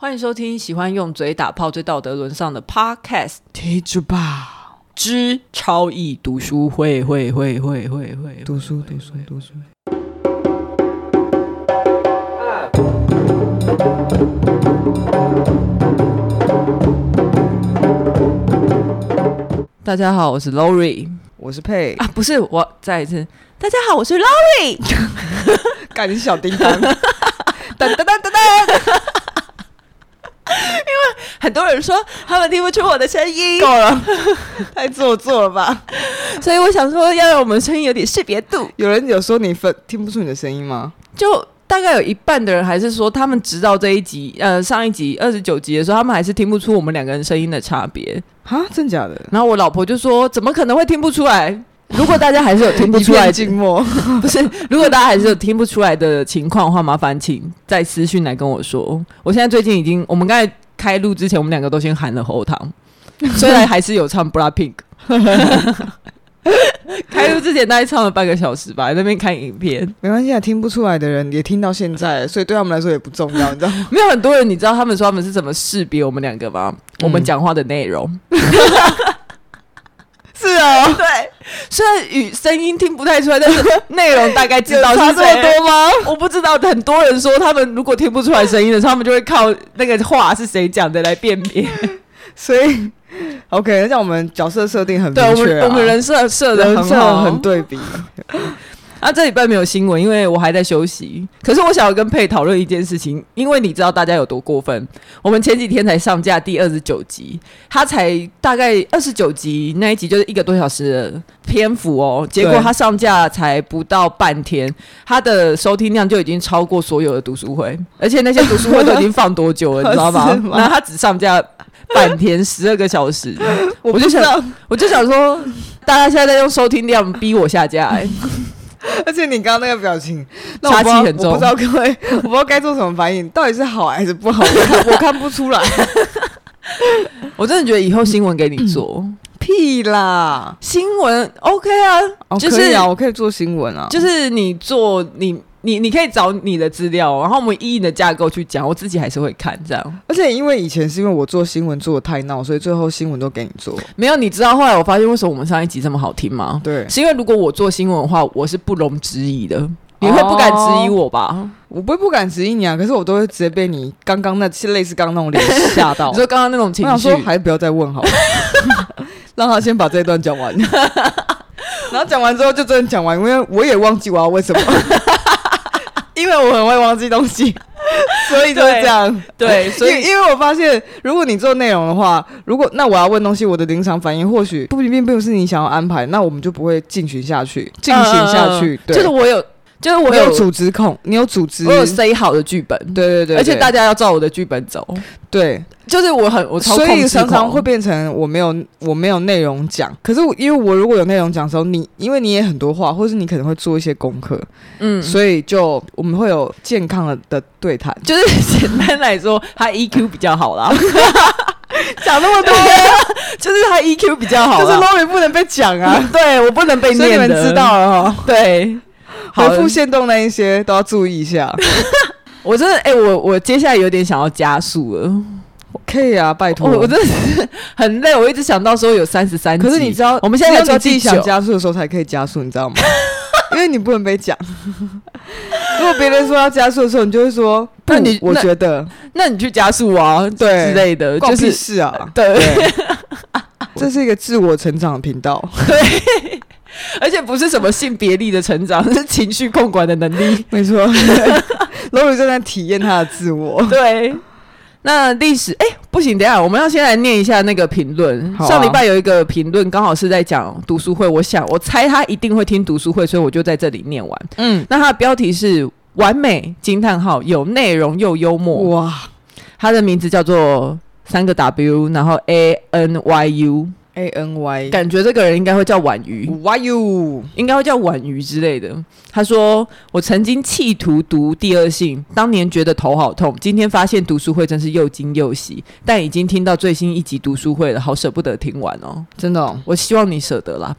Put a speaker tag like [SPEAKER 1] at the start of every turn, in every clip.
[SPEAKER 1] 欢迎收听喜欢用嘴打炮、最道德沦丧的 Podcast《听着吧之超易读书会》，会会会会会
[SPEAKER 2] 读书读书读书。
[SPEAKER 1] 大家好，我是 Lori
[SPEAKER 2] 我是佩，
[SPEAKER 1] 啊，不是我再一次，大家好，我是 Lori。
[SPEAKER 2] 干你是小叮当，噔噔噔噔噔，
[SPEAKER 1] 很多人说他们听不出我的声音，
[SPEAKER 2] 够了， 太做作了吧？
[SPEAKER 1] 所以我想说要让我们声音有点识别度。
[SPEAKER 2] 有人有说你分听不出你的声音吗？
[SPEAKER 1] 就大概有一半的人还是说，他们直到这一集，呃，上一集二十九集的时候，他们还是听不出我们两个人声音的差别。
[SPEAKER 2] 哈，真假的？
[SPEAKER 1] 然后我老婆就说：“怎么可能会听不出来？”如果大家还是有听不 出来
[SPEAKER 2] 一片，静默。
[SPEAKER 1] 不是，如果大家还是有听不出来的情况的话，麻烦请再私讯来跟我说。我现在最近已经，我们刚才开录之前，我们两个都先含了喉糖，虽然还是有唱 BLACKPINK。开录之前大概唱了半个小时吧，在那边看影片。
[SPEAKER 2] 没关系啊，听不出来的人也听到现在， 所以对他们来说也不重要，你知道吗？
[SPEAKER 1] 没有很多人，你知道他们说他们是怎么识别我们两个
[SPEAKER 2] 嗯
[SPEAKER 1] 吗？我们讲话的内容。
[SPEAKER 2] 是啊，
[SPEAKER 1] 对，虽然语声音听不太出来，但是内容大概知道
[SPEAKER 2] 有差
[SPEAKER 1] 是
[SPEAKER 2] 这么
[SPEAKER 1] 谁。
[SPEAKER 2] 多吗？
[SPEAKER 1] 我不知道，很多人说他们如果听不出来声音的时候，他们就会靠那个话是谁讲的来辨别。
[SPEAKER 2] 所以 OK，那这样我们角色设定很
[SPEAKER 1] 对，我
[SPEAKER 2] 明确
[SPEAKER 1] 们
[SPEAKER 2] 啊，
[SPEAKER 1] 我们人设设的
[SPEAKER 2] 人
[SPEAKER 1] 很
[SPEAKER 2] 设
[SPEAKER 1] 好，
[SPEAKER 2] 很。对比。
[SPEAKER 1] 啊，这礼拜没有新闻，因为我还在休息。可是我想要跟佩讨论一件事情，因为你知道大家有多过分。我们前几天才上架第二十九集，他才大概二十九集那一集就是一个多小时的篇幅哦，结果
[SPEAKER 2] 对
[SPEAKER 1] 他上架才不到半天，他的收听量就已经超过所有的读书会，而且那些读书会都已经放多久了，你知道 吗
[SPEAKER 2] 是？吗
[SPEAKER 1] 那他只上架半天，十二个小时。
[SPEAKER 2] 我
[SPEAKER 1] 我就
[SPEAKER 2] 不知
[SPEAKER 1] 想
[SPEAKER 2] 道，
[SPEAKER 1] 我就想说，大家现在在用收听量逼我下架、欸，
[SPEAKER 2] 而且你刚刚那个表情，那
[SPEAKER 1] 杀
[SPEAKER 2] 我
[SPEAKER 1] 气
[SPEAKER 2] 不知道
[SPEAKER 1] 很重
[SPEAKER 2] 我不知道各位， 我不知道该做什么反应，到底是好还是不好，我看我看不 出来。
[SPEAKER 1] 我真的觉得以后新闻给你做、
[SPEAKER 2] 屁啦！
[SPEAKER 1] 嗯新闻，OK 啊，
[SPEAKER 2] 哦，
[SPEAKER 1] 就是
[SPEAKER 2] 可以啊，我可以做新闻啊，
[SPEAKER 1] 就是你做你你你可以找你的资料，然后我们依你的架构去讲，我自己还是会看这样。
[SPEAKER 2] 而且因为以前是因为我做新闻做的太闹，所以最后新闻都给你做。
[SPEAKER 1] 没有，你知道后来我发现为什么我们上一集这么好听吗？
[SPEAKER 2] 对，
[SPEAKER 1] 是因为如果我做新闻的话，我是不容置疑的，你会不敢质疑我吧？
[SPEAKER 2] 我不会不敢质疑你啊，可是我都会直接被你刚刚那类似刚刚那种脸吓到。
[SPEAKER 1] 你哦说刚刚那种
[SPEAKER 2] 我
[SPEAKER 1] 情
[SPEAKER 2] 想
[SPEAKER 1] 绪
[SPEAKER 2] 说，还是不要再 问好了，让他先把这一段讲完。然后讲完之后就真的讲完，因为我也忘记我要 问什么，因为我很会忘记东西，所以就是这样。
[SPEAKER 1] 对，所
[SPEAKER 2] 因
[SPEAKER 1] 以
[SPEAKER 2] 为因为我发现，如果你做内容的话，如果那我要问东西，我的临场反应或许不一定并不是你想要安排，那我们就不会进行下
[SPEAKER 1] 嗯
[SPEAKER 2] 去，进行下
[SPEAKER 1] 嗯
[SPEAKER 2] 去。
[SPEAKER 1] 嗯嗯就是我有，就是我
[SPEAKER 2] 我
[SPEAKER 1] 有
[SPEAKER 2] 有组织控，你有组织，
[SPEAKER 1] 我有 say 好的剧本，
[SPEAKER 2] 对对对，
[SPEAKER 1] 而且大
[SPEAKER 2] 家
[SPEAKER 1] 家要照我的剧本走，
[SPEAKER 2] 对，
[SPEAKER 1] 就是我很我超
[SPEAKER 2] 所以
[SPEAKER 1] 控制
[SPEAKER 2] 常常
[SPEAKER 1] 狂
[SPEAKER 2] 会变成我没有我没有内容讲。可是我因为我如果有内容讲的时候，你因为你也很多话，或是你可能会做一些功课，
[SPEAKER 1] 嗯，
[SPEAKER 2] 所以就我们会有健康的的对谈。
[SPEAKER 1] 就是简单来说，他 EQ 比较好啦，
[SPEAKER 2] 讲那么多，
[SPEAKER 1] 就是他 EQ 比较好
[SPEAKER 2] 就是
[SPEAKER 1] 啦。
[SPEAKER 2] Lori 不能被讲啊，
[SPEAKER 1] 对我不能 被
[SPEAKER 2] 所以你
[SPEAKER 1] 念
[SPEAKER 2] 们
[SPEAKER 1] 的
[SPEAKER 2] 知道了哈。
[SPEAKER 1] 对。好
[SPEAKER 2] 回，复限动那一些都要注意一下。
[SPEAKER 1] 我真的哎、我我接下来有点想要加速了，
[SPEAKER 2] 可以啊，拜托。
[SPEAKER 1] 我我真的是很累，我一直想到说有三十三集，
[SPEAKER 2] 可是你知道，
[SPEAKER 1] 我们现在才
[SPEAKER 2] 只有
[SPEAKER 1] 做
[SPEAKER 2] 你自己
[SPEAKER 1] 第
[SPEAKER 2] 想
[SPEAKER 1] 九，
[SPEAKER 2] 加速的时候才可以加速，你知 道吗？因为你不能被讲。 如果别人说要加速的时候，你就会说：“不
[SPEAKER 1] 那你
[SPEAKER 2] 我
[SPEAKER 1] 那
[SPEAKER 2] 觉得
[SPEAKER 1] 那你去加速啊，
[SPEAKER 2] 对
[SPEAKER 1] 之类的，
[SPEAKER 2] 就
[SPEAKER 1] 就是
[SPEAKER 2] 是是啊。
[SPEAKER 1] 对，
[SPEAKER 2] 对”这是一个自我成长的频道，
[SPEAKER 1] 而且不是什么性别力的成长， 是情绪控管的能力。
[SPEAKER 2] 没错。 罗鲁正在体验他的自我。
[SPEAKER 1] 对，那历史哎、不行，等一下我们要先来念一下那个评论。
[SPEAKER 2] 好啊
[SPEAKER 1] 上礼拜有一个评论，刚好是在讲读书会，我想我猜他一定会听读书会，所以我就在这里念完。
[SPEAKER 2] 嗯，
[SPEAKER 1] 那它的标题是“完美惊叹号”，有内容又幽默。
[SPEAKER 2] 哇
[SPEAKER 1] 它的名字叫做三个 W，然后 A N Y U，
[SPEAKER 2] ，A N Y
[SPEAKER 1] 感觉这个人应该会叫婉瑜。
[SPEAKER 2] Y U，
[SPEAKER 1] 应该会叫婉瑜之类的。他说：“我曾经企图读第二性，当年觉得头好痛，今天发现读书会真是又惊又喜。但已经听到最新一集读书会了，好舍不得听完哦。
[SPEAKER 2] 真的哦
[SPEAKER 1] 我希望你舍得啦。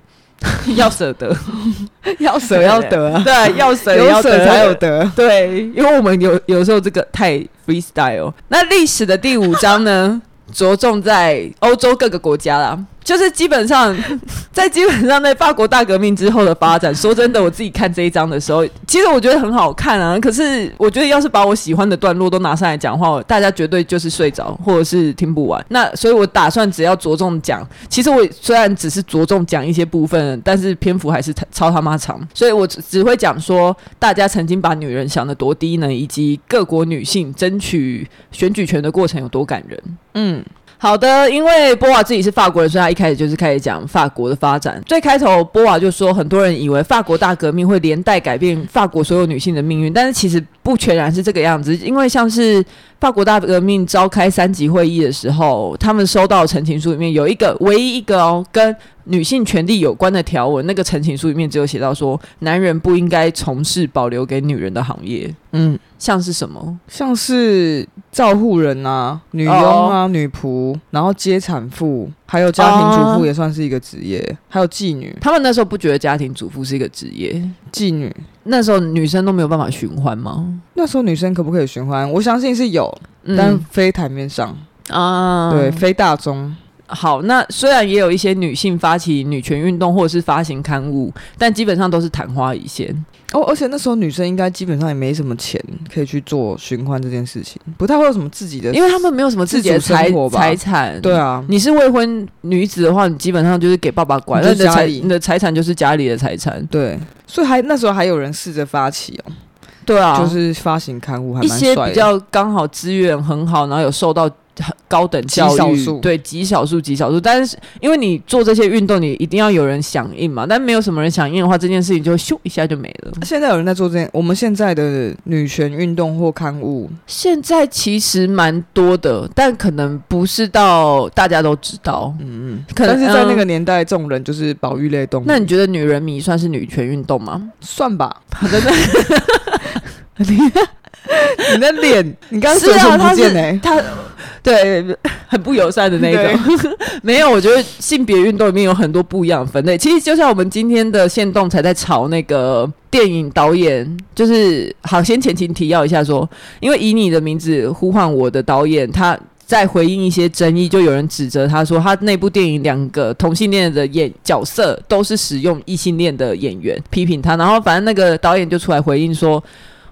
[SPEAKER 1] 要舍得，
[SPEAKER 2] 要舍要得啊，
[SPEAKER 1] 对，要舍也
[SPEAKER 2] 有
[SPEAKER 1] 要
[SPEAKER 2] 舍
[SPEAKER 1] 得
[SPEAKER 2] 才有 得。
[SPEAKER 1] 对，因为我们有有时候这个太 freestyle。那历史的第五章呢， 着重在欧洲各个国家啦，就是基本上 在基本上在法国大革命之后的发展。说真的，我自己看这一章的时候，其实我觉得很好看啊。可是我觉得要是把我喜欢的段落都拿上来讲的话，大家绝对就是睡着或者是听不完。那所以我打算只要着重讲，其实我虽然只是着重讲一些部分，但是篇幅还是超他妈长，所以我只只会讲说大家曾经把女人想得多低呢，以及各国女性争取选举权的过程有多感人。嗯。好的，因为波瓦自己是法国人，所以他一开始就是开始讲法国的发展。最开头，波瓦就说，很多人以为法国大革命会连带改变法国所有女性的命运，但是其实不全然是这个样子。因为像是法国大革命召开三级会议的时候，他们收到的陈情书里面有一个唯一一个哦，跟女性权利有关的条文，那个陈情书里面只有写到说，男人不应该从事保留给女人的行业。嗯，像是什么？
[SPEAKER 2] 像是照护人啊、女佣啊、
[SPEAKER 1] 哦
[SPEAKER 2] 女仆，然后接产妇，还有家庭主
[SPEAKER 1] 哦
[SPEAKER 2] 妇也算是一个职业，还有妓女、
[SPEAKER 1] 他们那时候不觉得家庭主妇是一个职业，
[SPEAKER 2] 妓女。
[SPEAKER 1] 那时候女生都没有办法循环吗？
[SPEAKER 2] 那时候女生可不可以循环？我相信是有，
[SPEAKER 1] 嗯
[SPEAKER 2] 但非台面上，
[SPEAKER 1] 啊，
[SPEAKER 2] 对，，非大众。
[SPEAKER 1] 好，那虽然也有一些女性发起女权运动或者是发行刊物，但基本上都是昙花一现。
[SPEAKER 2] 哦，而且那时候女生应该基本上也没什么钱可以去做循环这件事情，不太会有什么自己的。
[SPEAKER 1] 因为他们没有什么自己的
[SPEAKER 2] 自主生
[SPEAKER 1] 财
[SPEAKER 2] 活吧
[SPEAKER 1] 财产，
[SPEAKER 2] 对啊，
[SPEAKER 1] 你是未婚女子的话，你基本上就是给爸爸管，
[SPEAKER 2] 你
[SPEAKER 1] 那
[SPEAKER 2] 就
[SPEAKER 1] 你的
[SPEAKER 2] 家
[SPEAKER 1] 财
[SPEAKER 2] 里
[SPEAKER 1] 你的财产就是家里的财产。
[SPEAKER 2] 对，所以还那时候还有人试着发起哦，
[SPEAKER 1] 对啊，
[SPEAKER 2] 就是发行刊物，还
[SPEAKER 1] 一
[SPEAKER 2] 蛮
[SPEAKER 1] 些
[SPEAKER 2] 帅的。
[SPEAKER 1] 比较刚好资源很好，然后有受到很高等教
[SPEAKER 2] 极少
[SPEAKER 1] 育，
[SPEAKER 2] 数
[SPEAKER 1] 对极少数极少数。但是因为你做这些运动，你一定要有人响应嘛，但没有什么人响应的话，这件事情就咻一下就没了。
[SPEAKER 2] 现在有人在做这件，我们现在的女权运动或刊物，
[SPEAKER 1] 现在其实蛮多的，但可能不是到大家都知道。
[SPEAKER 2] 嗯嗯，
[SPEAKER 1] 可能
[SPEAKER 2] 但是在那个
[SPEAKER 1] 嗯
[SPEAKER 2] 年代，这种人就是保育类动物，
[SPEAKER 1] 那你觉得女人迷算是女权运动吗？
[SPEAKER 2] 算吧，好 的，你你的脸，你刚刚
[SPEAKER 1] 是
[SPEAKER 2] 嘴
[SPEAKER 1] 啊，
[SPEAKER 2] 唇不
[SPEAKER 1] 她
[SPEAKER 2] 见欸
[SPEAKER 1] 是
[SPEAKER 2] 呢、
[SPEAKER 1] 她 对很不友善的那一种。 没有，我觉得性别运动里面有很多不一样的分类。其实就像我们今天的线动才在吵那个电影导演，就是好先前情提要一下说，因为以你的名字呼唤我的导演他。在回应一些争议，就有人指责他说，他那部电影两个同性恋的演角色都是使用异性恋的演员，批评他。然后反正那个导演就出来回应说，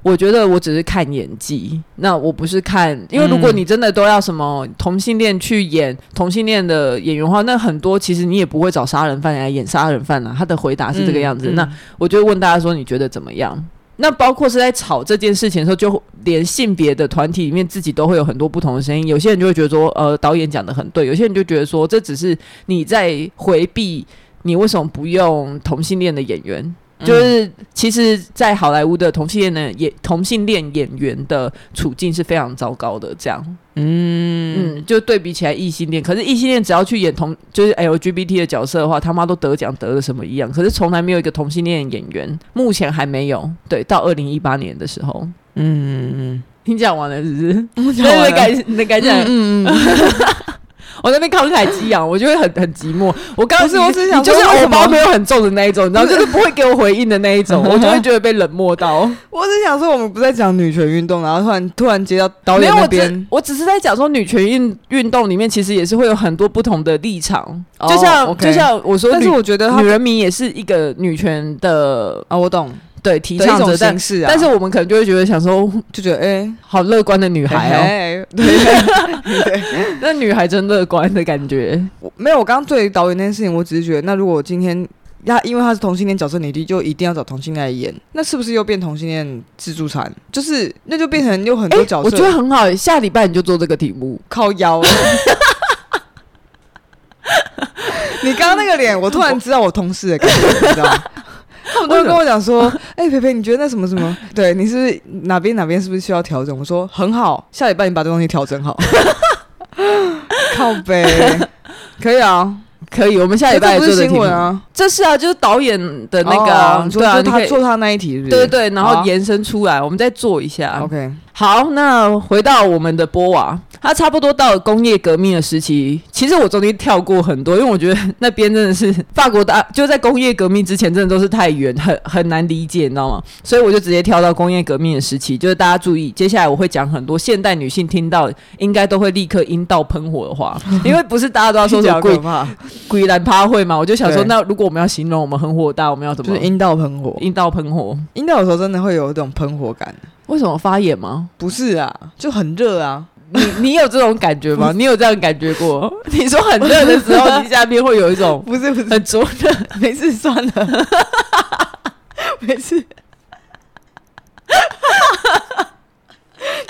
[SPEAKER 1] 我觉得我只是看演技，那我不是看，因为如果
[SPEAKER 2] 嗯
[SPEAKER 1] 你真的都要什么同性恋去演同性恋的演员的话，那很多其实你也不会找杀人犯来演杀人犯啊。他的回答是这个样子，
[SPEAKER 2] 嗯嗯
[SPEAKER 1] 那我就问大家说，你觉得怎么样？那包括是在吵这件事情的时候，就连性别的团体里面自己都会有很多不同的声音。有些人就会觉得说，呃，导演讲的很对；有些人就觉得说，这只是你在回避，你为什么不用同性恋的演员？就是其实，在好莱坞的同性恋的演同性恋演员的处境是非常糟糕的，这样。
[SPEAKER 2] 嗯
[SPEAKER 1] 嗯，就对比起来异性恋，可是异性恋只要去演同就是 LGBT 的角色的话，他妈都得奖得的什么一样，可是从来没有一个同性恋演员，目前还没有。对，到二零一八年的时候，
[SPEAKER 2] 嗯
[SPEAKER 1] 你讲完了是不 是？对
[SPEAKER 2] 嗯，对
[SPEAKER 1] 对，感你的感想，
[SPEAKER 2] 嗯嗯，
[SPEAKER 1] 我在那边慷慨激昂，我就会很很寂寞。我刚
[SPEAKER 2] 不是我只是想
[SPEAKER 1] 你就是
[SPEAKER 2] 说为
[SPEAKER 1] 偶
[SPEAKER 2] 什么
[SPEAKER 1] 包没有很重的那一种，你知道，就是不会给我回应的那一 种，我就会觉得被冷漠到。
[SPEAKER 2] 我只想说，我们不在讲女权运动，然后突然突然接到导
[SPEAKER 1] 没
[SPEAKER 2] 演
[SPEAKER 1] 有，
[SPEAKER 2] 那
[SPEAKER 1] 我只
[SPEAKER 2] 边，
[SPEAKER 1] 我只是在讲说，女权运运动里面其实也是会有很多不同的立场，
[SPEAKER 2] 哦
[SPEAKER 1] 就像、
[SPEAKER 2] OK
[SPEAKER 1] 就像我说，
[SPEAKER 2] 但是我觉得他
[SPEAKER 1] 女人迷也是一个女权的
[SPEAKER 2] 啊，我懂
[SPEAKER 1] 对提
[SPEAKER 2] 的一
[SPEAKER 1] 倡
[SPEAKER 2] 种
[SPEAKER 1] 者，但
[SPEAKER 2] 形式啊，
[SPEAKER 1] 但是我们可能就会觉得想说，
[SPEAKER 2] 就觉得哎，
[SPEAKER 1] 好乐观的女孩
[SPEAKER 2] 哎，对，
[SPEAKER 1] 哦，那女孩真乐观的感觉。
[SPEAKER 2] 我没有，我刚刚对导演那件事情，我只是觉得，那如果我今天他因为他是同性恋角色，你弟就一定要找同性恋来演，那是不是又变同性恋自助餐？就是那就变成有很多角色，
[SPEAKER 1] 我 觉得很好，下礼拜你就做这个题目。
[SPEAKER 2] 靠腰了。你刚刚那个脸，我突然知道我同事的感觉，你知 道吗？他们都会跟我讲说：“哎、培培，你觉得那什么什么？ 对，你是不是哪边哪边是不是需要调整？”我说：“很好，下礼拜你把这东西调整好。” 靠 背，可以啊，
[SPEAKER 1] 可以，我们下礼
[SPEAKER 2] 这
[SPEAKER 1] 拜也
[SPEAKER 2] 不
[SPEAKER 1] 做
[SPEAKER 2] 是
[SPEAKER 1] 这个题
[SPEAKER 2] 新
[SPEAKER 1] 目
[SPEAKER 2] 闻。啊，
[SPEAKER 1] 这是啊，就是导演的那个
[SPEAKER 2] 哦
[SPEAKER 1] 啊，
[SPEAKER 2] 你说
[SPEAKER 1] 对啊，
[SPEAKER 2] 就
[SPEAKER 1] 你
[SPEAKER 2] 他
[SPEAKER 1] 可以
[SPEAKER 2] 做他那一题是不啊是，
[SPEAKER 1] 对对啊对，然
[SPEAKER 2] 好
[SPEAKER 1] 后
[SPEAKER 2] 啊
[SPEAKER 1] 延伸出来，我们再做一下。
[SPEAKER 2] OK，
[SPEAKER 1] 好，那回到我们的波瓦，它差不多到了工业革命的时期，其实我中间跳过很多，因为我觉得那边真的是法国大，就在工业革命之前，真的都是太远，很很难理解，你知道吗？所以我就直接跳到工业革命的时期，就是大家注意，接下来我会讲很多现代女性听到应该都会立刻阴道喷火的话，因为不是大家都要说
[SPEAKER 2] 听
[SPEAKER 1] 什
[SPEAKER 2] 起来
[SPEAKER 1] 么
[SPEAKER 2] 好
[SPEAKER 1] 鬼
[SPEAKER 2] 可怕，
[SPEAKER 1] 鬼兰趴会嘛，我就想说，
[SPEAKER 2] 对
[SPEAKER 1] 那如果我们要形容我们很火大，我们要怎
[SPEAKER 2] 就
[SPEAKER 1] 么
[SPEAKER 2] 是？阴道喷火。
[SPEAKER 1] 阴道喷火，
[SPEAKER 2] 阴道有时候真的会有一种喷火感，
[SPEAKER 1] 为什么发炎吗？
[SPEAKER 2] 不是啊，就很热啊。
[SPEAKER 1] 你你有这种感觉吗？你有这样感觉 过？你说很热的时候，你下面会有一种
[SPEAKER 2] 不是不是，
[SPEAKER 1] 很灼热，
[SPEAKER 2] 没事算了， 没事。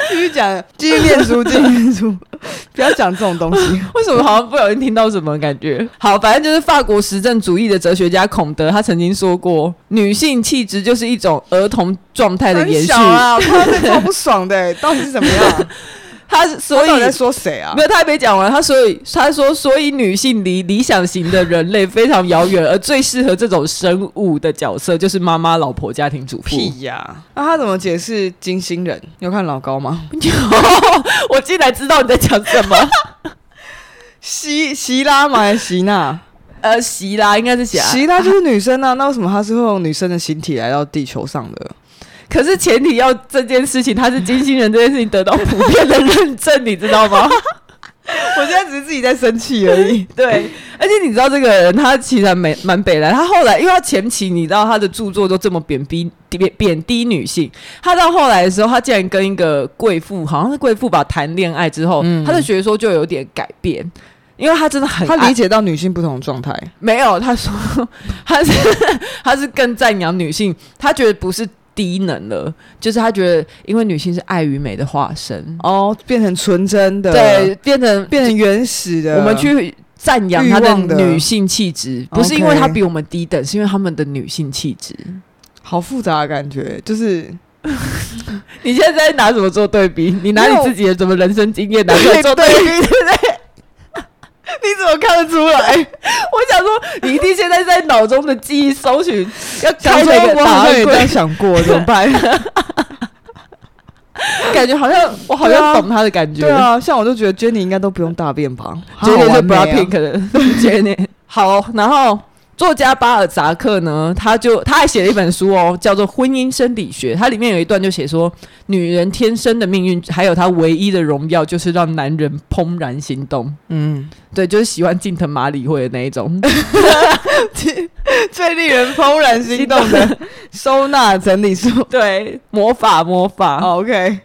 [SPEAKER 2] 继续讲，继续念书，继续念书， 不要讲这种东 西。
[SPEAKER 1] 为什么好像不小心听到什么感觉？好，反正就是法国实证主义的哲学家孔德，他曾经说过，女性气质就是一种儿童状态的延
[SPEAKER 2] 很
[SPEAKER 1] 续。
[SPEAKER 2] 小啊，我看到这超不爽的、欸到底是怎么样啊？
[SPEAKER 1] 他 所以
[SPEAKER 2] 到底在说谁啊
[SPEAKER 1] 没？有，他还没讲完。他所以他说，所以女性离理想型的人类非常遥远，而最适合这种生物的角色就是妈妈、老婆、家庭主妇。
[SPEAKER 2] 屁呀、那、他怎么解释金星人？你有看老高吗？
[SPEAKER 1] 我竟然知道你在讲什么。
[SPEAKER 2] 希希拉吗？还是希娜？
[SPEAKER 1] 呃，席啦，应该是席啦。
[SPEAKER 2] 希拉就是女生啊，那为什么她是会用女生的形体来到地球上的？
[SPEAKER 1] 可是前提要这件事情，他是金星人这件事情得到普遍的认证，你知道吗？
[SPEAKER 2] 我现在只是自己在生气而已。
[SPEAKER 1] 对，而且你知道这个人，他其实还蛮蛮北来。他后来，因为他前期你知道他的著作都这么贬低贬贬低女性，他到后来的时候，他竟然跟一个贵妇，好像是贵妇吧，谈恋爱之后，
[SPEAKER 2] 嗯
[SPEAKER 1] 他的学说就有点改变，因为他真的很
[SPEAKER 2] 他
[SPEAKER 1] 爱
[SPEAKER 2] 理解到女性不同的状态，
[SPEAKER 1] 没有，他说 他是他是更赞扬女性，他觉得不是低能了，就是他觉得因为女性是爱与美的化身，
[SPEAKER 2] 哦，变成纯真的，
[SPEAKER 1] 对，，变成
[SPEAKER 2] 变成原始的。
[SPEAKER 1] 我们去赞扬
[SPEAKER 2] 欲
[SPEAKER 1] 她的
[SPEAKER 2] 望的
[SPEAKER 1] 女性气质，不是
[SPEAKER 2] 嗯 OK
[SPEAKER 1] 因为她比我们低等，是因为她们的女性气 质。
[SPEAKER 2] 好复杂的感觉，就是
[SPEAKER 1] 你现在在拿什么做对比？你拿
[SPEAKER 2] 没有
[SPEAKER 1] 你自己的什么人生经验拿出来做对比？
[SPEAKER 2] 对对对， 你怎么看得出 来？
[SPEAKER 1] 我想说，你一定现在在脑中的记忆搜寻，要
[SPEAKER 2] 想
[SPEAKER 1] 开
[SPEAKER 2] 说
[SPEAKER 1] 那个
[SPEAKER 2] 我
[SPEAKER 1] 答
[SPEAKER 2] 好像
[SPEAKER 1] 案
[SPEAKER 2] 也这样
[SPEAKER 1] 柜，
[SPEAKER 2] 想过，怎么办？
[SPEAKER 1] 感觉好像我好
[SPEAKER 2] 对
[SPEAKER 1] 像
[SPEAKER 2] 啊
[SPEAKER 1] 懂她的感觉。
[SPEAKER 2] 对啊，像我就觉得 Jenny 应该都不用大便吧，
[SPEAKER 1] 绝对
[SPEAKER 2] 好
[SPEAKER 1] 是
[SPEAKER 2] 完美啊
[SPEAKER 1] Blackpink 的 Jennie。好，然后作家巴尔扎克呢，他就他还写了一本书哦，叫做《婚姻生理学》，它里面有一段就写说，女人天生的命运，还有她唯一的荣耀，就是让男人怦然心动。
[SPEAKER 2] 嗯，
[SPEAKER 1] 对，就是喜欢近藤麻里惠的那一种。
[SPEAKER 2] 最令人怦然心动的收纳整理术。
[SPEAKER 1] 对，魔法魔法。
[SPEAKER 2] 好 OK，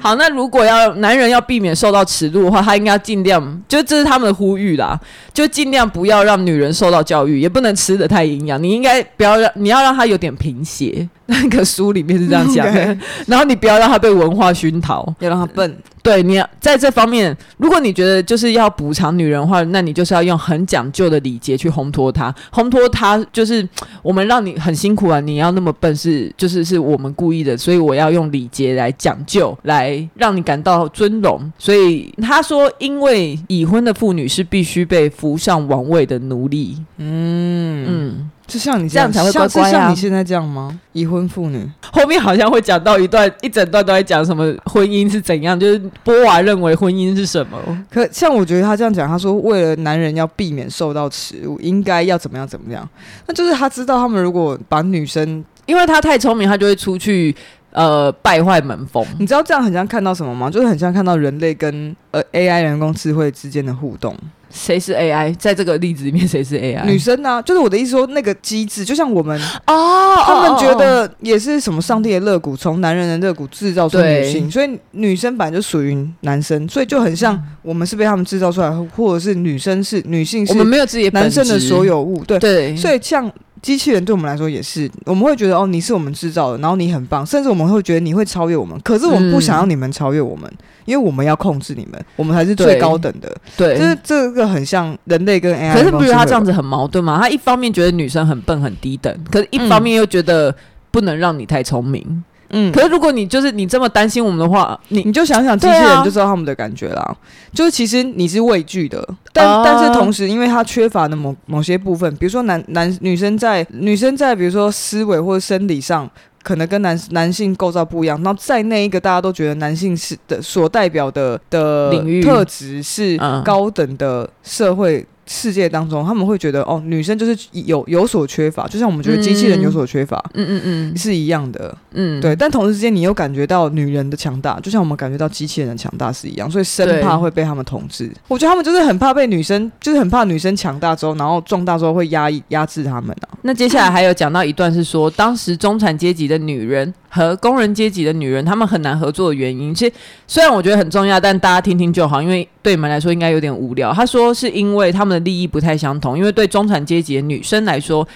[SPEAKER 1] 好，那如果要男人要避免受到耻辱的话，他应该要尽量，就这是他们的呼吁啦，就尽量不要让女人受到教育，也不能吃的太营养，你应该不要让，你要让她有点贫血。那个书里面是这样 讲的
[SPEAKER 2] OK
[SPEAKER 1] 然后你不要让她被文化熏陶。
[SPEAKER 2] 要让他笨，
[SPEAKER 1] 对，你要在这方面，如果你觉得就是要补偿女人的话，那你就是要用很讲究的礼节去烘托她，烘托她就是嘖我们让你很辛苦啊，你要那么笨是就是是我们故意的，所以我要用礼节来讲究，来让你感到尊荣。所以他说，因为已婚的妇女是必须被扶上王位的奴隶，
[SPEAKER 2] 嗯，
[SPEAKER 1] 嗯
[SPEAKER 2] 就像你
[SPEAKER 1] 这样才会乖乖
[SPEAKER 2] 像
[SPEAKER 1] 啊
[SPEAKER 2] 是像你现在这样吗？已婚妇女，
[SPEAKER 1] 后面好像会讲到一段，一整段都在讲什么婚姻是怎样，就是波娃认为婚姻是什么。
[SPEAKER 2] 可像我觉得他这样讲，他说为了男人要避免受到耻辱，应该要怎么样怎么样，那就是他知道他们如果把女生，
[SPEAKER 1] 因为他太聪明，他就会出去呃败坏门风。
[SPEAKER 2] 你知道这样很像看到什么吗？就是很像看到人类跟呃 AI 人工智慧之间的互动。
[SPEAKER 1] 谁是 AI？在这个例子里面，谁是 AI？
[SPEAKER 2] 女生呢、就是我的意思说那个机制，就像我们
[SPEAKER 1] 哦，
[SPEAKER 2] 他们觉得也是什么上帝的肋骨，从男人的肋骨制造出
[SPEAKER 1] 对
[SPEAKER 2] 女性，所以女生本来就属于男生，所以就很像
[SPEAKER 1] 嗯
[SPEAKER 2] 我们是被他们制造出来，或者是女生是女性
[SPEAKER 1] 我
[SPEAKER 2] 是
[SPEAKER 1] 们没有自己的本
[SPEAKER 2] 男生的
[SPEAKER 1] 质
[SPEAKER 2] 所有物，对。
[SPEAKER 1] 对，
[SPEAKER 2] 所以像机器人对我们来说也是，我们会觉得哦，你是我们制造的，然后你很棒，甚至我们会觉得你会超越我们，可是我们不
[SPEAKER 1] 嗯
[SPEAKER 2] 想要你们超越我们，因为我们要控制你们，我们才是最
[SPEAKER 1] 对
[SPEAKER 2] 高等的。
[SPEAKER 1] 对，
[SPEAKER 2] 就是这个很像人类跟 AI，
[SPEAKER 1] 可是不
[SPEAKER 2] 不
[SPEAKER 1] 觉
[SPEAKER 2] 是
[SPEAKER 1] 得他这样子很矛盾吗？他一方面觉得女生很笨很低等，可是一方面又觉得不能让你太聪明。
[SPEAKER 2] 嗯
[SPEAKER 1] 可是如果你就是你这么担心我们的话，你
[SPEAKER 2] 你就想想机
[SPEAKER 1] 对
[SPEAKER 2] 器
[SPEAKER 1] 啊
[SPEAKER 2] 人就知道他们的感觉啦，就是其实你是畏惧的，但、
[SPEAKER 1] 哦
[SPEAKER 2] 但是同时，因为它缺乏的某某些部分，比如说男男女生在女生在比如说思维或者生理上可能跟男男性构造不一样，然后在那一个大家都觉得男性是的所代表的的
[SPEAKER 1] 领域
[SPEAKER 2] 特质是
[SPEAKER 1] 嗯
[SPEAKER 2] 高等的社会。世界当中，他们会觉得哦，女生就是有有所缺乏，就像我们觉得机器人有所缺乏、
[SPEAKER 1] 嗯嗯嗯
[SPEAKER 2] 是一样的，
[SPEAKER 1] 嗯，
[SPEAKER 2] 对。但同时之间，你又感觉到女人的强大，就像我们感觉到机器人的强大是一样，所以生
[SPEAKER 1] 对
[SPEAKER 2] 怕会被他们统治。我觉得他们就是很怕被女生，就是很怕女生强大之后，然后壮大之后会压抑压制他们啊。
[SPEAKER 1] 那接下来还有讲到一段是说，当时中产阶级的女人和工人阶级的女人，她们很难合作的原因，其实虽然我觉得很重要，但大家听听就好，因为对你们来说应该有点无聊。他说是因为他们的利益不太相同，因为对中产阶级的女生来说。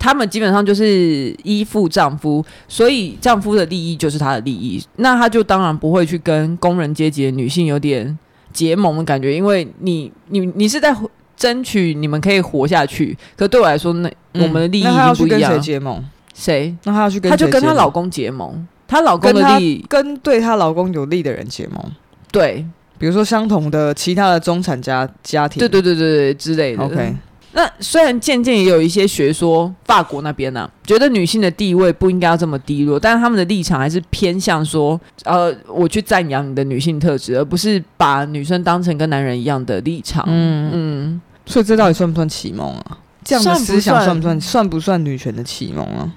[SPEAKER 1] 她们基本上就是依附丈夫，所以丈夫的利益就是她的利益，那她就当然不会去跟工人阶级的女性有点结盟的感觉，因为你你你是在争取你们可以活下去，可对我来说，那、
[SPEAKER 2] 嗯
[SPEAKER 1] 我们的利益
[SPEAKER 2] 那她要
[SPEAKER 1] 已
[SPEAKER 2] 去
[SPEAKER 1] 经不
[SPEAKER 2] 跟
[SPEAKER 1] 一
[SPEAKER 2] 谁
[SPEAKER 1] 样。
[SPEAKER 2] 结盟？
[SPEAKER 1] 谁？
[SPEAKER 2] 那她要去跟
[SPEAKER 1] 她就
[SPEAKER 2] 谁
[SPEAKER 1] 跟
[SPEAKER 2] 结
[SPEAKER 1] 她
[SPEAKER 2] 盟
[SPEAKER 1] 老公结盟，她老公
[SPEAKER 2] 跟
[SPEAKER 1] 的
[SPEAKER 2] 她
[SPEAKER 1] 利益
[SPEAKER 2] 跟对她老公有利的人结盟，
[SPEAKER 1] 对
[SPEAKER 2] 比如说相同的其他的中产家家庭。
[SPEAKER 1] 对对对对对嗯之类的。
[SPEAKER 2] ，OK，
[SPEAKER 1] 那虽然渐渐也有一些学说，法国那边呢、啊觉得女性的地位不应该要这么低落，但是他们的立场还是偏向说，呃，我去赞扬你的女性特质，而不是把女生当成跟男人一样的立场。
[SPEAKER 2] 嗯
[SPEAKER 1] 嗯，
[SPEAKER 2] 所以这到底算不算启蒙啊？这样的
[SPEAKER 1] 算不
[SPEAKER 2] 思想
[SPEAKER 1] 算
[SPEAKER 2] 算不算算不算女权的启蒙啊？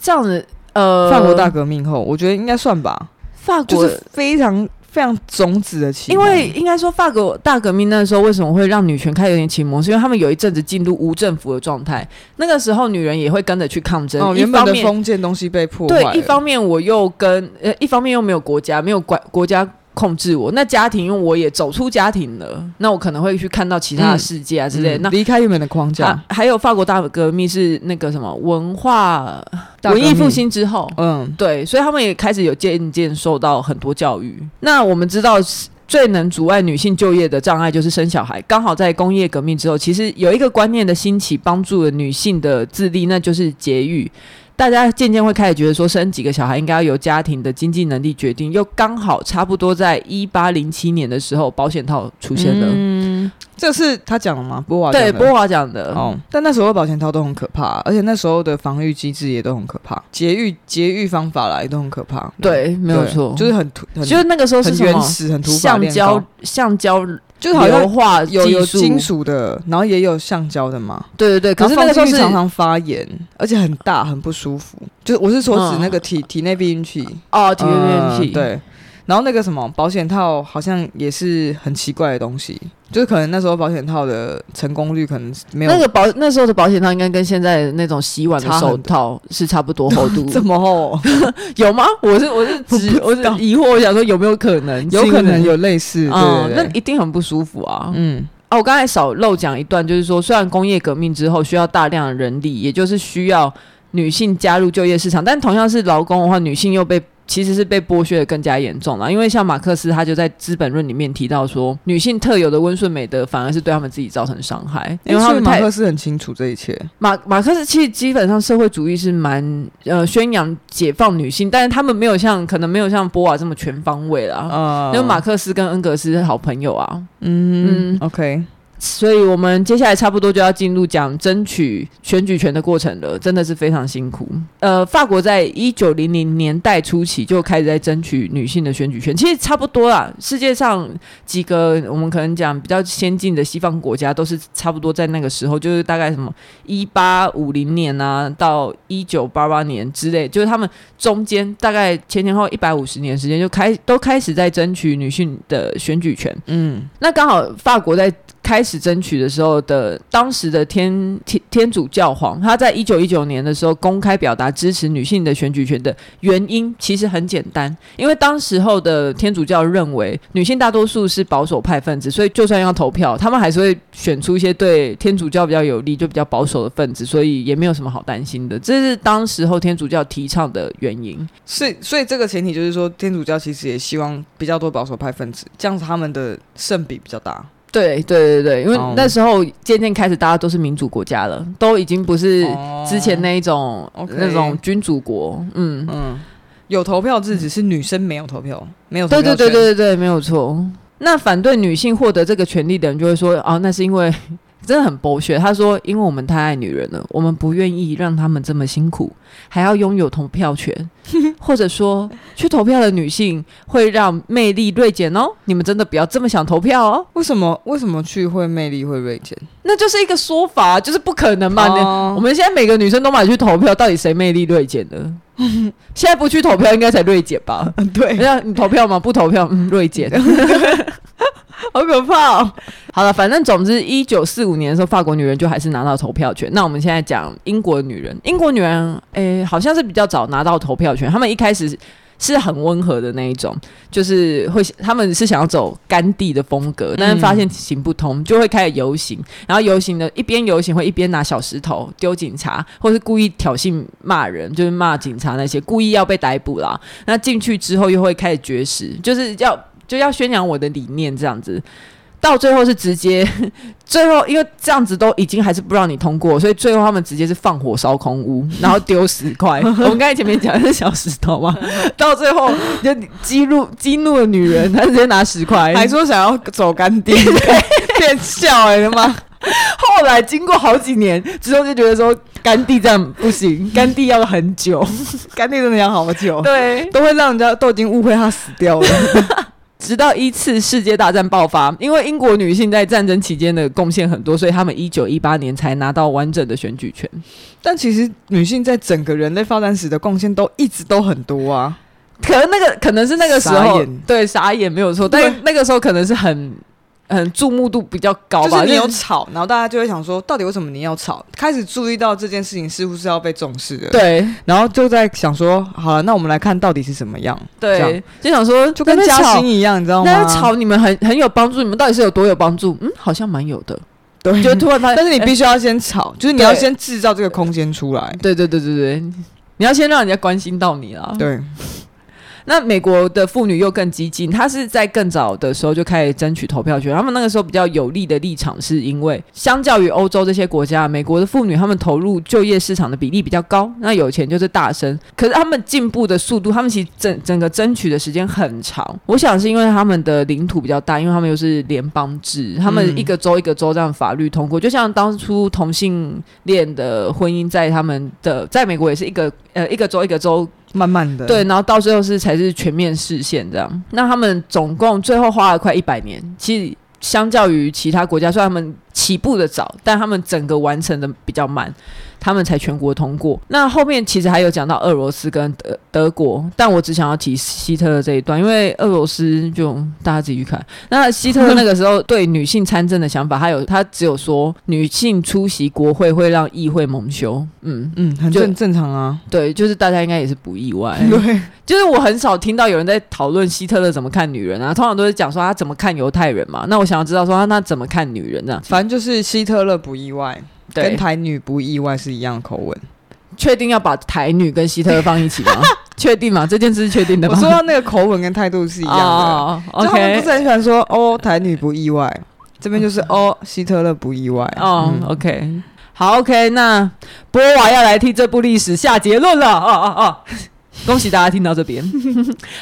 [SPEAKER 1] 这样子，呃，
[SPEAKER 2] 法国大革命后，我觉得应该算吧，
[SPEAKER 1] 法国
[SPEAKER 2] 就是非常非常种子的启
[SPEAKER 1] 因
[SPEAKER 2] 蒙。
[SPEAKER 1] 为应该说法国大革命那时候为什么会让女权开始有点启蒙，是因为他们有一阵子进入无政府的状态，那个时候女人也会跟着去抗争，
[SPEAKER 2] 哦，
[SPEAKER 1] 一
[SPEAKER 2] 原本
[SPEAKER 1] 方
[SPEAKER 2] 的
[SPEAKER 1] 面
[SPEAKER 2] 封建东西被破坏了，
[SPEAKER 1] 对，一方面我又跟呃，一方面又没有国家，没有管国家。控制我，那家庭因为我也走出家庭了，那我可能会去看到其他的世界啊之类的。
[SPEAKER 2] 嗯离开原本的框
[SPEAKER 1] 那还
[SPEAKER 2] 架，
[SPEAKER 1] 还有法国大革命是那个什么文化
[SPEAKER 2] 大革
[SPEAKER 1] 文
[SPEAKER 2] 命
[SPEAKER 1] 艺复，兴之后，
[SPEAKER 2] 嗯，
[SPEAKER 1] 对，所以他们也开始有渐渐受到很多教育。那我们知道，最能阻碍女性就业的障碍就是生小孩。刚好在工业革命之后，其实有一个观念的兴起，帮助了女性的自立，那就是节育。大家渐渐会开始觉得说，生几个小孩应该要由家庭的经济能力决定。又刚好差不多在一八零七年的时候，保险套出现了。
[SPEAKER 2] 嗯，这是他讲了吗？波娃
[SPEAKER 1] 对，
[SPEAKER 2] 讲的
[SPEAKER 1] 波嗯华讲的。
[SPEAKER 2] 哦，但那时候的保险套都很可怕，而且那时候的防御机制也都很可怕，节育节育方法啦也都很可怕。嗯
[SPEAKER 1] 对，没有错，
[SPEAKER 2] 就是很土，很
[SPEAKER 1] 就是那个时候是
[SPEAKER 2] 很
[SPEAKER 1] 什么
[SPEAKER 2] 原始，很土法
[SPEAKER 1] 橡
[SPEAKER 2] 炼
[SPEAKER 1] 胶
[SPEAKER 2] 钢，
[SPEAKER 1] 橡胶
[SPEAKER 2] 就是好
[SPEAKER 1] 硫
[SPEAKER 2] 像
[SPEAKER 1] 化
[SPEAKER 2] 有
[SPEAKER 1] 技
[SPEAKER 2] 有
[SPEAKER 1] 术
[SPEAKER 2] 金属的，然后也有橡胶的嘛。
[SPEAKER 1] 对对对，可是
[SPEAKER 2] 然
[SPEAKER 1] 那
[SPEAKER 2] 后
[SPEAKER 1] 个时候
[SPEAKER 2] 啊放进
[SPEAKER 1] 是
[SPEAKER 2] 去常常发炎，而且很大，很不舒服。就是我是说指
[SPEAKER 1] 嗯
[SPEAKER 2] 那个体、体内避孕器，
[SPEAKER 1] 哦，体育院
[SPEAKER 2] 嗯
[SPEAKER 1] 器，
[SPEAKER 2] 对。然后那个什么保险套好像也是很奇怪的东西，就是可能那时候保险套的成功率可能没有
[SPEAKER 1] 那个保那时候的保险套应该跟现在的那种洗碗的
[SPEAKER 2] 差很
[SPEAKER 1] 手套是差不多厚 度，
[SPEAKER 2] 这么厚。
[SPEAKER 1] 嗯有吗？我是我是指我是疑惑，我想说有没有可能，
[SPEAKER 2] 有可能
[SPEAKER 1] 有。
[SPEAKER 2] 有类似，
[SPEAKER 1] 嗯
[SPEAKER 2] 对，
[SPEAKER 1] 那
[SPEAKER 2] 对对
[SPEAKER 1] 一定很不舒服啊！
[SPEAKER 2] 嗯
[SPEAKER 1] 哦，我刚才少漏讲一段，就是说，虽然工业革命之后需要大量的人力，也就是需要女性加入就业市场，但同样是劳工的话，女性又被其实是被剥削的更加严重了。因为像马克思他就在《资本论》里面提到说，女性特有的温顺美德反而是对他们自己造成伤害，因为
[SPEAKER 2] 因为
[SPEAKER 1] 他
[SPEAKER 2] 所以
[SPEAKER 1] 们
[SPEAKER 2] 马
[SPEAKER 1] 太
[SPEAKER 2] 克思很清楚这一切，
[SPEAKER 1] 马马克思其实基本上社会主义是蛮呃宣扬解放女性，但是他们没有像可能没有像波娃这么全方位啦。
[SPEAKER 2] 啊
[SPEAKER 1] 因为哦马克思跟恩格斯是好朋友啊，
[SPEAKER 2] 嗯
[SPEAKER 1] 嗯
[SPEAKER 2] OK，
[SPEAKER 1] 所以我们接下来差不多就要进入讲争取选举权的过程了，真的是非常辛苦。呃，法国在一九零零年代初期就开始在争取女性的选举权，其实差不多啦。世界上几个我们可能讲比较先进的西方国家都是差不多在那个时候，就是大概什么一八五零年啊到一九八八年之类，就是他们中间大概前前后一百五十年时间就开都开始在争取女性的选举权。
[SPEAKER 2] 嗯
[SPEAKER 1] 那刚好法国在开始争取的时候的，当时的天天天主教皇，他在一九一九年的时候公开表达支持女性的选举权的原因，其实很简单，因为当时候的天主教认为女性大多数是保守派分子，所以就算要投票，他们还是会选出一些对天主教比较有利、就比较保守的分子，所以也没有什么好担心的。这是当时候天主教提倡的原因。
[SPEAKER 2] 所以所以这个前提就是说，天主教其实也希望比较多保守派分子，这样子他们的胜比比较大。
[SPEAKER 1] 对对对对，因为
[SPEAKER 2] 哦
[SPEAKER 1] 那时候渐渐开始大家都是民主国家了，都已经不是。
[SPEAKER 2] 哦
[SPEAKER 1] 之前那一种、
[SPEAKER 2] OK
[SPEAKER 1] 那种君主国，嗯，
[SPEAKER 2] 嗯，有投票制，只是女生没有投票，没有投
[SPEAKER 1] 对
[SPEAKER 2] 票
[SPEAKER 1] 对
[SPEAKER 2] 权
[SPEAKER 1] 啊对对对，没有错。那反对女性获得这个权利的人就会说，哦，那是因为 真的很剥削。他说，因为我们太爱女人了，我们不愿意让他们这么辛苦，还要拥有投票 权，或者说去投票的女性会让魅力锐减哦。你们真的不要这么想投票哦，
[SPEAKER 2] 为什么为什么去会魅力会锐减？
[SPEAKER 1] 那就是一个说法，就是不可能嘛。你我
[SPEAKER 2] 哦
[SPEAKER 1] 们现在每个女生都买去投票，到底谁魅力锐减 呢？现在不去投票，应该才锐减吧？
[SPEAKER 2] 嗯对，
[SPEAKER 1] 那你投票吗？不投票，嗯，锐减。
[SPEAKER 2] 好可怕哦。
[SPEAKER 1] 好了，反正总之，一九四五年的时候，法国女人就还是拿到投票权。那我们现在讲英国女人，英国女人，诶、好像是比较早拿到投票权。她们一开始是很温和的那一种，就是会，她们是想要走甘地的风格，但是发现行不通，就会开始游行。然后游行的一边游行会一边拿小石头丢警察，或是故意挑衅骂人，就是骂警察那些，故意要被逮捕啦。那进去之后又会开始绝食，就是要就要宣扬我的理念这样子。到最后是直接， 最后因为这样子都已经还是不让你通过，所以最后他们直接是放火烧空屋，然后丢石 块。我们刚才前面讲的是小石头嘛，到最后就激怒激怒了女人，她直接拿石块，
[SPEAKER 2] 还说想要走干 爹，变笑哎、欸、他妈！
[SPEAKER 1] 后来经过好几年之后，就觉得说甘地这样不行，甘地要很久。
[SPEAKER 2] 干爹真的养好久，
[SPEAKER 1] 对，
[SPEAKER 2] 都会让人家都已经误会他死掉了。
[SPEAKER 1] 直到一次世界大战爆发，因为英国女性在战争期间的贡献很多，所以她们一九一八年才拿到完整的选举权。
[SPEAKER 2] 但其实女性在整个人类发展史的贡献都一直都很多啊。
[SPEAKER 1] 可能那个可能是那个时
[SPEAKER 2] 傻
[SPEAKER 1] 候
[SPEAKER 2] 眼
[SPEAKER 1] 对傻眼没有错，
[SPEAKER 2] 对
[SPEAKER 1] 但那个时候可能是很很注目度比较高
[SPEAKER 2] 就
[SPEAKER 1] 吧，
[SPEAKER 2] 是你有
[SPEAKER 1] 就
[SPEAKER 2] 吵，然后大家就会想说，到底为什么你要吵？开始注意到这件事情似乎是要被重视的。，
[SPEAKER 1] 对
[SPEAKER 2] 然后就在想说，好了，那我们来看到底是什么样，
[SPEAKER 1] 对
[SPEAKER 2] 这样，
[SPEAKER 1] 就想说
[SPEAKER 2] 就跟
[SPEAKER 1] 那边
[SPEAKER 2] 嘉
[SPEAKER 1] 吵
[SPEAKER 2] 欣一样，你知道
[SPEAKER 1] 那
[SPEAKER 2] 吗？
[SPEAKER 1] 边吵你们很很有帮助，你们到底是有多有帮助？嗯，好像蛮有的，
[SPEAKER 2] 对，
[SPEAKER 1] 就突然发现，
[SPEAKER 2] 但是你
[SPEAKER 1] 哎
[SPEAKER 2] 必须要先吵，就是你要
[SPEAKER 1] 对
[SPEAKER 2] 先制造这个空间出来。
[SPEAKER 1] 对对对对对，你要先让人家关心到你啦。
[SPEAKER 2] 对，
[SPEAKER 1] 那美国的妇女又更激进，她是在更早的时候就开始争取投票权。他们那个时候比较有利的立场，是因为相较于欧洲这些国家，美国的妇女她们投入就业市场的比例比较高。那有钱就是大生，可是他们进步的速度，他们其实整整个争取的时间很长。我想是因为他们的领土比较大，因为他们又是联邦制，他们
[SPEAKER 2] 嗯
[SPEAKER 1] 一个州一个州这样法律通过，就像当初同性恋的婚姻在他们的在美国也是一个呃一个州一个州
[SPEAKER 2] 慢慢的，
[SPEAKER 1] 对，然后到最后是才是全面视线这样。那他们总共最后花了快一百年，其实相较于其他国家，虽然他们起步的早，但他们整个完成的比较慢，他们才全国通过。那后面其实还有讲到俄罗斯跟德德国，但我只想要提希特勒这一段，因为俄罗斯就大家自己去看。那希特勒那个时候对女性参政的想法，他有他只有说女性出席国会会让议会蒙羞，嗯，
[SPEAKER 2] 嗯，很
[SPEAKER 1] 就
[SPEAKER 2] 正正常啊。
[SPEAKER 1] 对，就是大家应该也是不意外。
[SPEAKER 2] 对，
[SPEAKER 1] 就是我很少听到有人在讨论希特勒怎么看女人啊，通常都是讲说他怎么看犹太人嘛。那我想要知道说他那怎么看女人这样，
[SPEAKER 2] 反正就是希特勒不意外，跟
[SPEAKER 1] 对，
[SPEAKER 2] 台女不意外是一样的口吻。
[SPEAKER 1] 确定要把台女跟希特勒放一起吗？ 确定吗？这件事是确定的
[SPEAKER 2] 我
[SPEAKER 1] 吗？哦
[SPEAKER 2] 说到那个口吻跟态度是一
[SPEAKER 1] 一
[SPEAKER 2] 样的，啊就
[SPEAKER 1] o
[SPEAKER 2] 他们不
[SPEAKER 1] k
[SPEAKER 2] 是很喜欢说哦台女不意外，这边就是哦希特勒不意外。
[SPEAKER 1] 哦、
[SPEAKER 2] 嗯
[SPEAKER 1] o k 好，OK，那波娃要来替这部历史下结论了，哦哦哦。 恭喜大家听到这 边，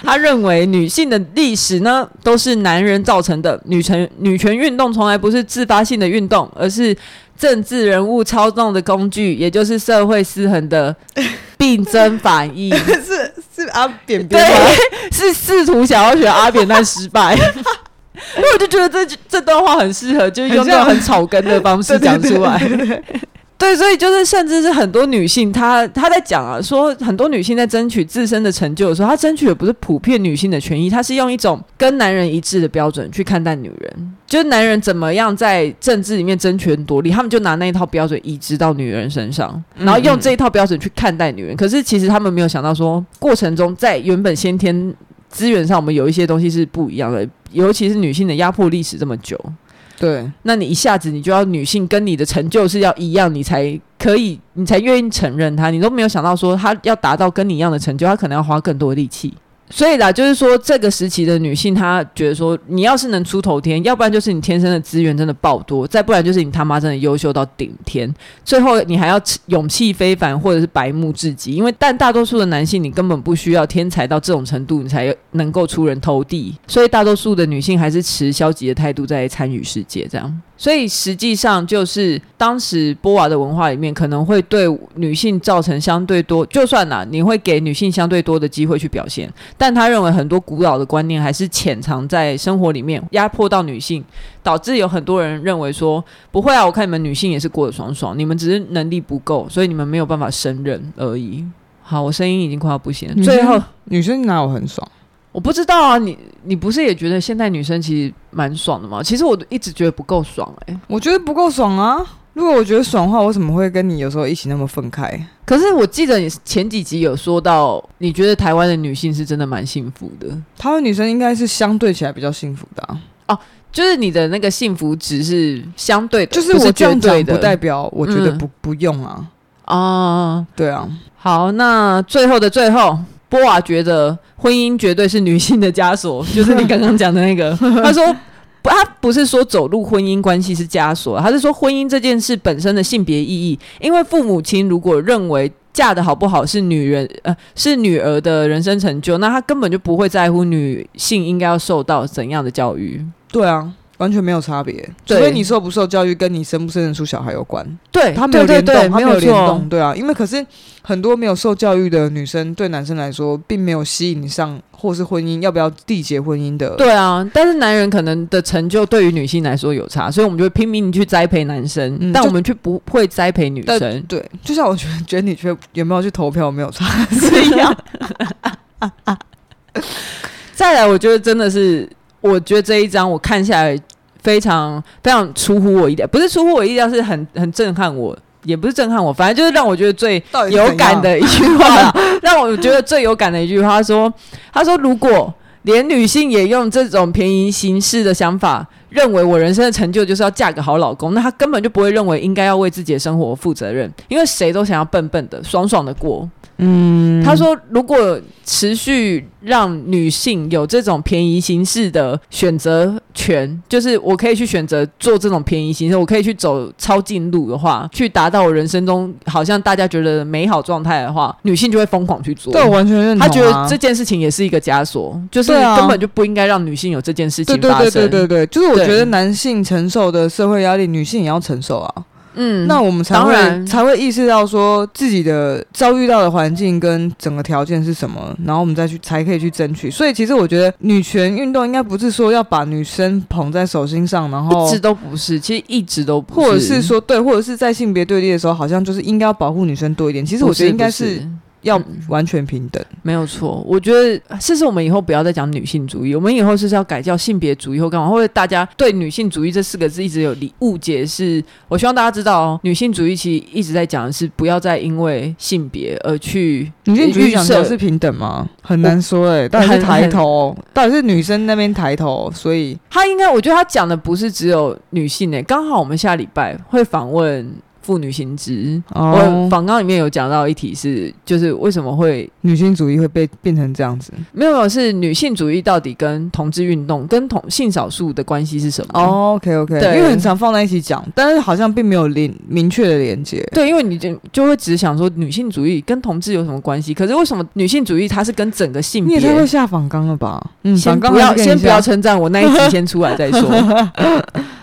[SPEAKER 1] 他认为女性的历史呢都是男人造成的，女权女权运动从来不是自发性的运动，而是政治人物操纵的工具，也就是社会失衡的病增反应。
[SPEAKER 2] 是是啊扁
[SPEAKER 1] 对
[SPEAKER 2] 扁吗？，
[SPEAKER 1] 是试图想要学阿扁但失败。因 为我就觉得这句这段话很适合，就是用
[SPEAKER 2] 很
[SPEAKER 1] 那种
[SPEAKER 2] 像
[SPEAKER 1] 很草根的方式讲出 来。 对，所以就是，甚至是很多女性，她她在讲啊，说很多女性在争取自身的成就的时候，她争取的不是普遍女性的权益，她是用一种跟男人一致的标准去看待女人，就是男人怎么样在政治里面争权夺利，他们就拿那一套标准移植到女人身上，然后用这一套标准去看待女人。可是其实他们没有想到说，过程中在原本先天资源上，我们有一些东西是不一样的，尤其是女性的压迫历史这么久，
[SPEAKER 2] 对，
[SPEAKER 1] 那你一下子你就要女性跟你的成就是要一样，你才可以，你才愿意承认她。你都没有想到说她要达到跟你一样的成就，她可能要花更多的力气。所以啦，就是说这个时期的女性，她觉得说，你要是能出头天，要不然就是你天生的资源真的爆多，再不然就是你他妈真的优秀到顶天，最后你还要勇气非凡或者是白目至极。因为但大多数的男性，你根本不需要天才到这种程度，你才能够出人头地。所以大多数的女性还是持消极的态度在参与世界，这样。所以实际上就是当时波娃的文化里面，可能会对女性造成相对多，就算啦，你会给女性相对多的机会去表现，但他认为很多古老的观念还是潜藏在生活里面，压迫到女性，导致有很多人认为说，不会啊，我看你们女性也是过得爽爽，你们只是能力不够，所以你们没有办法胜任而
[SPEAKER 2] 嗯
[SPEAKER 1] 已。好，我声音已经快要不行了，
[SPEAKER 2] 女生
[SPEAKER 1] 最后
[SPEAKER 2] 女生哪有很爽？
[SPEAKER 1] 我不知道啊，你你不是也觉得现在女生其实蛮爽的吗？其实我一直觉得不够爽哎、
[SPEAKER 2] 我觉得不够爽啊！如果我觉得爽的话，我怎么会跟你有时候一起那么愤慨？
[SPEAKER 1] 可是我记得你前几集有说到，你觉得台湾的女性是真的蛮幸福的，
[SPEAKER 2] 台湾女生应该是相对起来比较幸福的、啊，
[SPEAKER 1] 就是你的那个幸福值是相对的，
[SPEAKER 2] 就是
[SPEAKER 1] 不是
[SPEAKER 2] 我这
[SPEAKER 1] 绝
[SPEAKER 2] 样讲
[SPEAKER 1] 对的
[SPEAKER 2] 不代表我觉得
[SPEAKER 1] 嗯
[SPEAKER 2] 不、不用啊，
[SPEAKER 1] 啊。
[SPEAKER 2] 对啊，
[SPEAKER 1] 好，那最后的最后，波娃觉得婚姻绝对是女性的枷锁，就是你刚刚讲的那 个，他说。不他不是说走入婚姻关系是枷锁，他是说婚姻这件事本身的性别意义。因为父母亲如果认为嫁的好不好是女人呃是女儿的人生成就，那他根本就不会在乎女性应该要受到怎样的教育。
[SPEAKER 2] 对啊，完全没有差别，除
[SPEAKER 1] 对
[SPEAKER 2] 非你受不受教育跟你生不生得出小孩有关，
[SPEAKER 1] 对，
[SPEAKER 2] 他没有
[SPEAKER 1] 对
[SPEAKER 2] 联
[SPEAKER 1] 对
[SPEAKER 2] 动，
[SPEAKER 1] 对
[SPEAKER 2] 他
[SPEAKER 1] 没
[SPEAKER 2] 没有联
[SPEAKER 1] 错
[SPEAKER 2] 动，对啊，因为可是很多没有受教育的女生对男生来说，并没有吸引上或是婚姻要不要缔结婚姻的，
[SPEAKER 1] 对啊，但是男人可能的成就对于女性来说有差，所以我们就会拼命去栽培男生，
[SPEAKER 2] 嗯
[SPEAKER 1] 但
[SPEAKER 2] 就
[SPEAKER 1] 我们却不会栽培女
[SPEAKER 2] 但
[SPEAKER 1] 生。
[SPEAKER 2] 对，就像我觉得觉得你觉得有没有去投票没有差，
[SPEAKER 1] 是一样。 再来，我觉得真的是，我觉得这一章我看下来非常非常出乎我意料，不是出乎我意料，是很很震撼我，也不是震撼我，反正就是让我觉得最
[SPEAKER 2] 到底是
[SPEAKER 1] 有
[SPEAKER 2] 怎
[SPEAKER 1] 感
[SPEAKER 2] 样
[SPEAKER 1] 的一句话啦， 让我觉得最有感的一句话。他说：“他说如果连女性也用这种便宜行事的想法，认为我人生的成就就是要嫁个好老公，那她根本就不会认为应该要为自己的生活负责任，因为谁都想要笨笨的、爽爽的过。”
[SPEAKER 2] 嗯，
[SPEAKER 1] 他说，如果持续让女性有这种便宜形式的选择权，就是我可以去选择做这种便宜形式，我可以去走超近路的话，去达到我人生中好像大家觉得美好状态的话，女性就会疯狂去做。
[SPEAKER 2] 对我完全认同、
[SPEAKER 1] 他
[SPEAKER 2] 啊，
[SPEAKER 1] 觉得这件事情也是一个枷锁，就是
[SPEAKER 2] 对啊
[SPEAKER 1] 根本就不应该让女性有这件事情
[SPEAKER 2] 对对
[SPEAKER 1] 发
[SPEAKER 2] 对
[SPEAKER 1] 生。
[SPEAKER 2] 对对对，就是我
[SPEAKER 1] 对
[SPEAKER 2] 觉得男性承受的社会压力，女性也要承受啊。
[SPEAKER 1] 嗯，
[SPEAKER 2] 那我们才
[SPEAKER 1] 当
[SPEAKER 2] 会
[SPEAKER 1] 然
[SPEAKER 2] 才会意识到说自己的遭遇到的环境跟整个条件是什么，然后我们再去才可以去争取。所以其实我觉得女权运动应该不是说要把女生捧在手心上，然后
[SPEAKER 1] 一直都不是，其实一直都不是，
[SPEAKER 2] 或者是说对，或者是在性别对立的时候，好像就是应该要保护女生多一点。其
[SPEAKER 1] 不是，
[SPEAKER 2] 实我觉得应该
[SPEAKER 1] 不
[SPEAKER 2] 是要
[SPEAKER 1] 嗯
[SPEAKER 2] 完全平等。
[SPEAKER 1] 没有错，我觉得是不是我们以后不要再讲女性主义，我们以后是不是要改叫性别主义或干嘛？或者大家对女性主义这四个字一直有理误解是，我希望大家知道哦，女性主义其实一直在讲的是不要再因为性别而去
[SPEAKER 2] 女性主义
[SPEAKER 1] 预
[SPEAKER 2] 讲
[SPEAKER 1] 设
[SPEAKER 2] 求是平等吗？很难说哎、到底是
[SPEAKER 1] 很
[SPEAKER 2] 抬
[SPEAKER 1] 很
[SPEAKER 2] 头，到底是女生那边抬头，所以
[SPEAKER 1] 他应该，我觉得他讲的不是只有女性诶、刚好我们下礼拜会访问妇女薪资。我
[SPEAKER 2] 哦，
[SPEAKER 1] 访纲里面有讲到一题是，就是为什么会
[SPEAKER 2] 女性主义会被变成这样子
[SPEAKER 1] 没有没有是女性主义到底跟同志运动跟同性少数的关系是什么？
[SPEAKER 2] 哦，OK，OK、o k OK，
[SPEAKER 1] 对
[SPEAKER 2] 因为很常放在一起讲，但是好像并没有连明确的连接。
[SPEAKER 1] 对，因为你就就会只想说女性主义跟同志有什么关系？可是为什么女性主义它是跟整个性
[SPEAKER 2] 你也
[SPEAKER 1] 别？
[SPEAKER 2] 太会下仿纲了吧？嗯，
[SPEAKER 1] 先
[SPEAKER 2] 仿纲
[SPEAKER 1] 不
[SPEAKER 2] 还
[SPEAKER 1] 要
[SPEAKER 2] 是跟
[SPEAKER 1] 先
[SPEAKER 2] 你
[SPEAKER 1] 不要
[SPEAKER 2] 下
[SPEAKER 1] 称赞我那一集先出来再 说。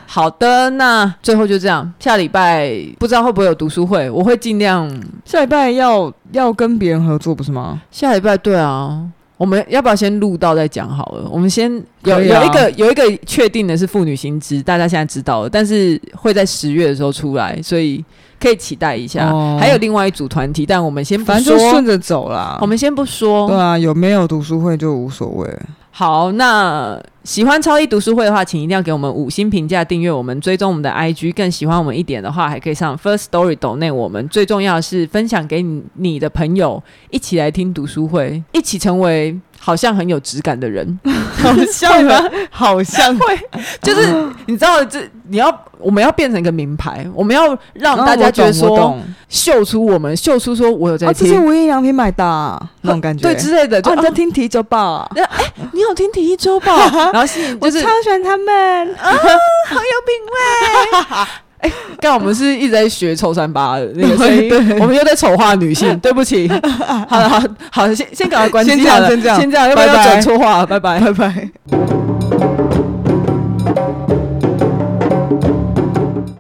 [SPEAKER 1] 好的，那最后就这样。下礼拜不知道会不会有读书会，我会尽量。
[SPEAKER 2] 下礼拜要要跟别人合作不是吗？
[SPEAKER 1] 下礼拜对啊，我们要不要先录到再讲好了？我们先有、
[SPEAKER 2] 可以啊
[SPEAKER 1] 有一个有一个确定的是妇女薪资，大家现在知道了，但是会在十月的时候出来，所以可以期待一下。
[SPEAKER 2] 哦
[SPEAKER 1] 还有另外一组团体，但我们先不
[SPEAKER 2] 反正就
[SPEAKER 1] 说
[SPEAKER 2] 顺着走啦
[SPEAKER 1] 我。们先不嗯说。哦
[SPEAKER 2] 对啊，有没有读书会就无所谓。
[SPEAKER 1] 好，那喜欢超一读书会的话，请一定要给我们五星评价、订阅我们、追踪我们的 IG。更喜欢我们一点的话，还可以上 First Story 抖内我们。最重要的是分享给你你的朋友，一起来听读书会，一起成为好像很有质感的人，
[SPEAKER 2] 好像吗？ 好像
[SPEAKER 1] 啊
[SPEAKER 2] 啊
[SPEAKER 1] 会，就是你知道，这你要我们要变成一个名牌，我们要让大家觉得
[SPEAKER 2] 哦我懂我
[SPEAKER 1] 说
[SPEAKER 2] 懂
[SPEAKER 1] 秀出我们，秀出说我有在
[SPEAKER 2] 啊，这是
[SPEAKER 1] 听，
[SPEAKER 2] 无印良品买的啊那种感觉，
[SPEAKER 1] 对之类的，就
[SPEAKER 2] 哦，你
[SPEAKER 1] 啊
[SPEAKER 2] 在听体酒吧？
[SPEAKER 1] 你有听体育周报， 然后心里
[SPEAKER 2] 啊我
[SPEAKER 1] 就
[SPEAKER 2] 超
[SPEAKER 1] 是
[SPEAKER 2] 喜欢 他们，
[SPEAKER 1] 哎干，我们是一直在学臭三八的那个，所 以我们又在丑化女性，对不起。好了，好，好，先先赶快关
[SPEAKER 2] 先
[SPEAKER 1] 机
[SPEAKER 2] 这样
[SPEAKER 1] 好了，
[SPEAKER 2] 先这样
[SPEAKER 1] 先这样，要不然
[SPEAKER 2] 拜
[SPEAKER 1] 要
[SPEAKER 2] 拜
[SPEAKER 1] 哎讲错话，拜拜。
[SPEAKER 2] 拜拜。